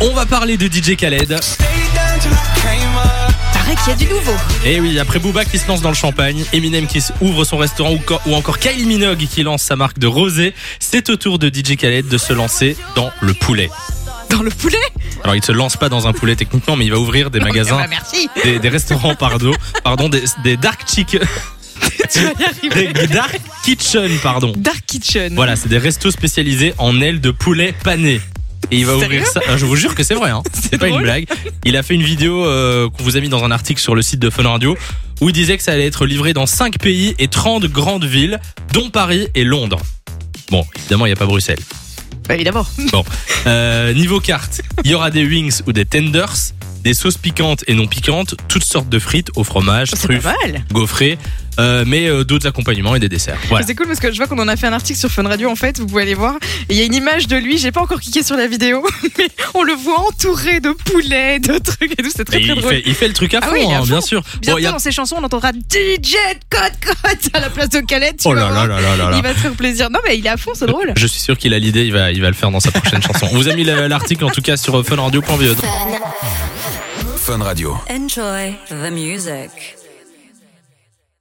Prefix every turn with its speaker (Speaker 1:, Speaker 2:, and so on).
Speaker 1: On va parler de DJ Khaled.
Speaker 2: Paraît qu'il y a du nouveau.
Speaker 1: Et Eh oui, après Booba qui se lance dans le champagne, Eminem qui ouvre son restaurant ou, co- ou encore Kyle Minogue qui lance sa marque de rosé, c'est au tour de DJ Khaled de se lancer dans le poulet.
Speaker 2: Dans le poulet
Speaker 1: Alors il se lance pas dans un poulet techniquement, mais il va ouvrir des
Speaker 2: Ah
Speaker 1: magasins,
Speaker 2: bah merci
Speaker 1: des, des restaurants pardon, pardon des, des dark chic,
Speaker 2: Tu vas y arriver.
Speaker 1: des dark kitchen pardon.
Speaker 2: Dark Kitchen.
Speaker 1: Voilà, c'est des restos spécialisés en ailes de poulet panées. Et il va
Speaker 2: Sérieux
Speaker 1: ouvrir ça. Ah, Je vous jure que c'est vrai, hein. c'est pas une
Speaker 2: drôle.
Speaker 1: blague. Il a fait une vidéo euh, qu'on vous a mis dans un article sur le site de Fun Radio où il disait que ça allait être livré dans 5 pays et 30 grandes villes, dont Paris et Londres. Bon, évidemment, il n'y a pas Bruxelles.
Speaker 2: Bah évidemment.
Speaker 1: Euh, niveau carte, il y aura des wings ou des tenders, des sauces piquantes et non piquantes, toutes sortes de frites au fromage,
Speaker 2: C'est
Speaker 1: truffes,
Speaker 2: pas mal.
Speaker 1: gaufrés, euh, mais euh, d'autres accompagnements et des desserts. Voilà.
Speaker 2: C'est cool parce que je vois qu'on en a fait un article sur Fun Radio en fait, vous pouvez aller voir. Et il y a une image de lui, j'ai pas encore cliqué sur la vidéo, mais on le voit entouré de poulets, de trucs et tout, c'est très
Speaker 1: Et
Speaker 2: très
Speaker 1: il,
Speaker 2: drôle.
Speaker 1: fait, il fait le truc à
Speaker 2: Ah
Speaker 1: fond,
Speaker 2: oui, il est à
Speaker 1: hein,
Speaker 2: fond.
Speaker 1: bien sûr. Bon,
Speaker 2: Bientôt
Speaker 1: il y a-
Speaker 2: dans ses chansons, on entendra DJ Code Code à la place de Khaled. tu
Speaker 1: Oh
Speaker 2: vas
Speaker 1: là
Speaker 2: voir.
Speaker 1: là là là là là.
Speaker 2: Il va se faire plaisir. Non mais il est à fond, c'est drôle.
Speaker 1: Je suis sûr qu'il a l'idée, il va, il va le faire dans sa prochaine chanson. On vous a mis la- l'article en tout cas E sur funradio.be.
Speaker 3: Fun Radio.
Speaker 4: Enjoy the music.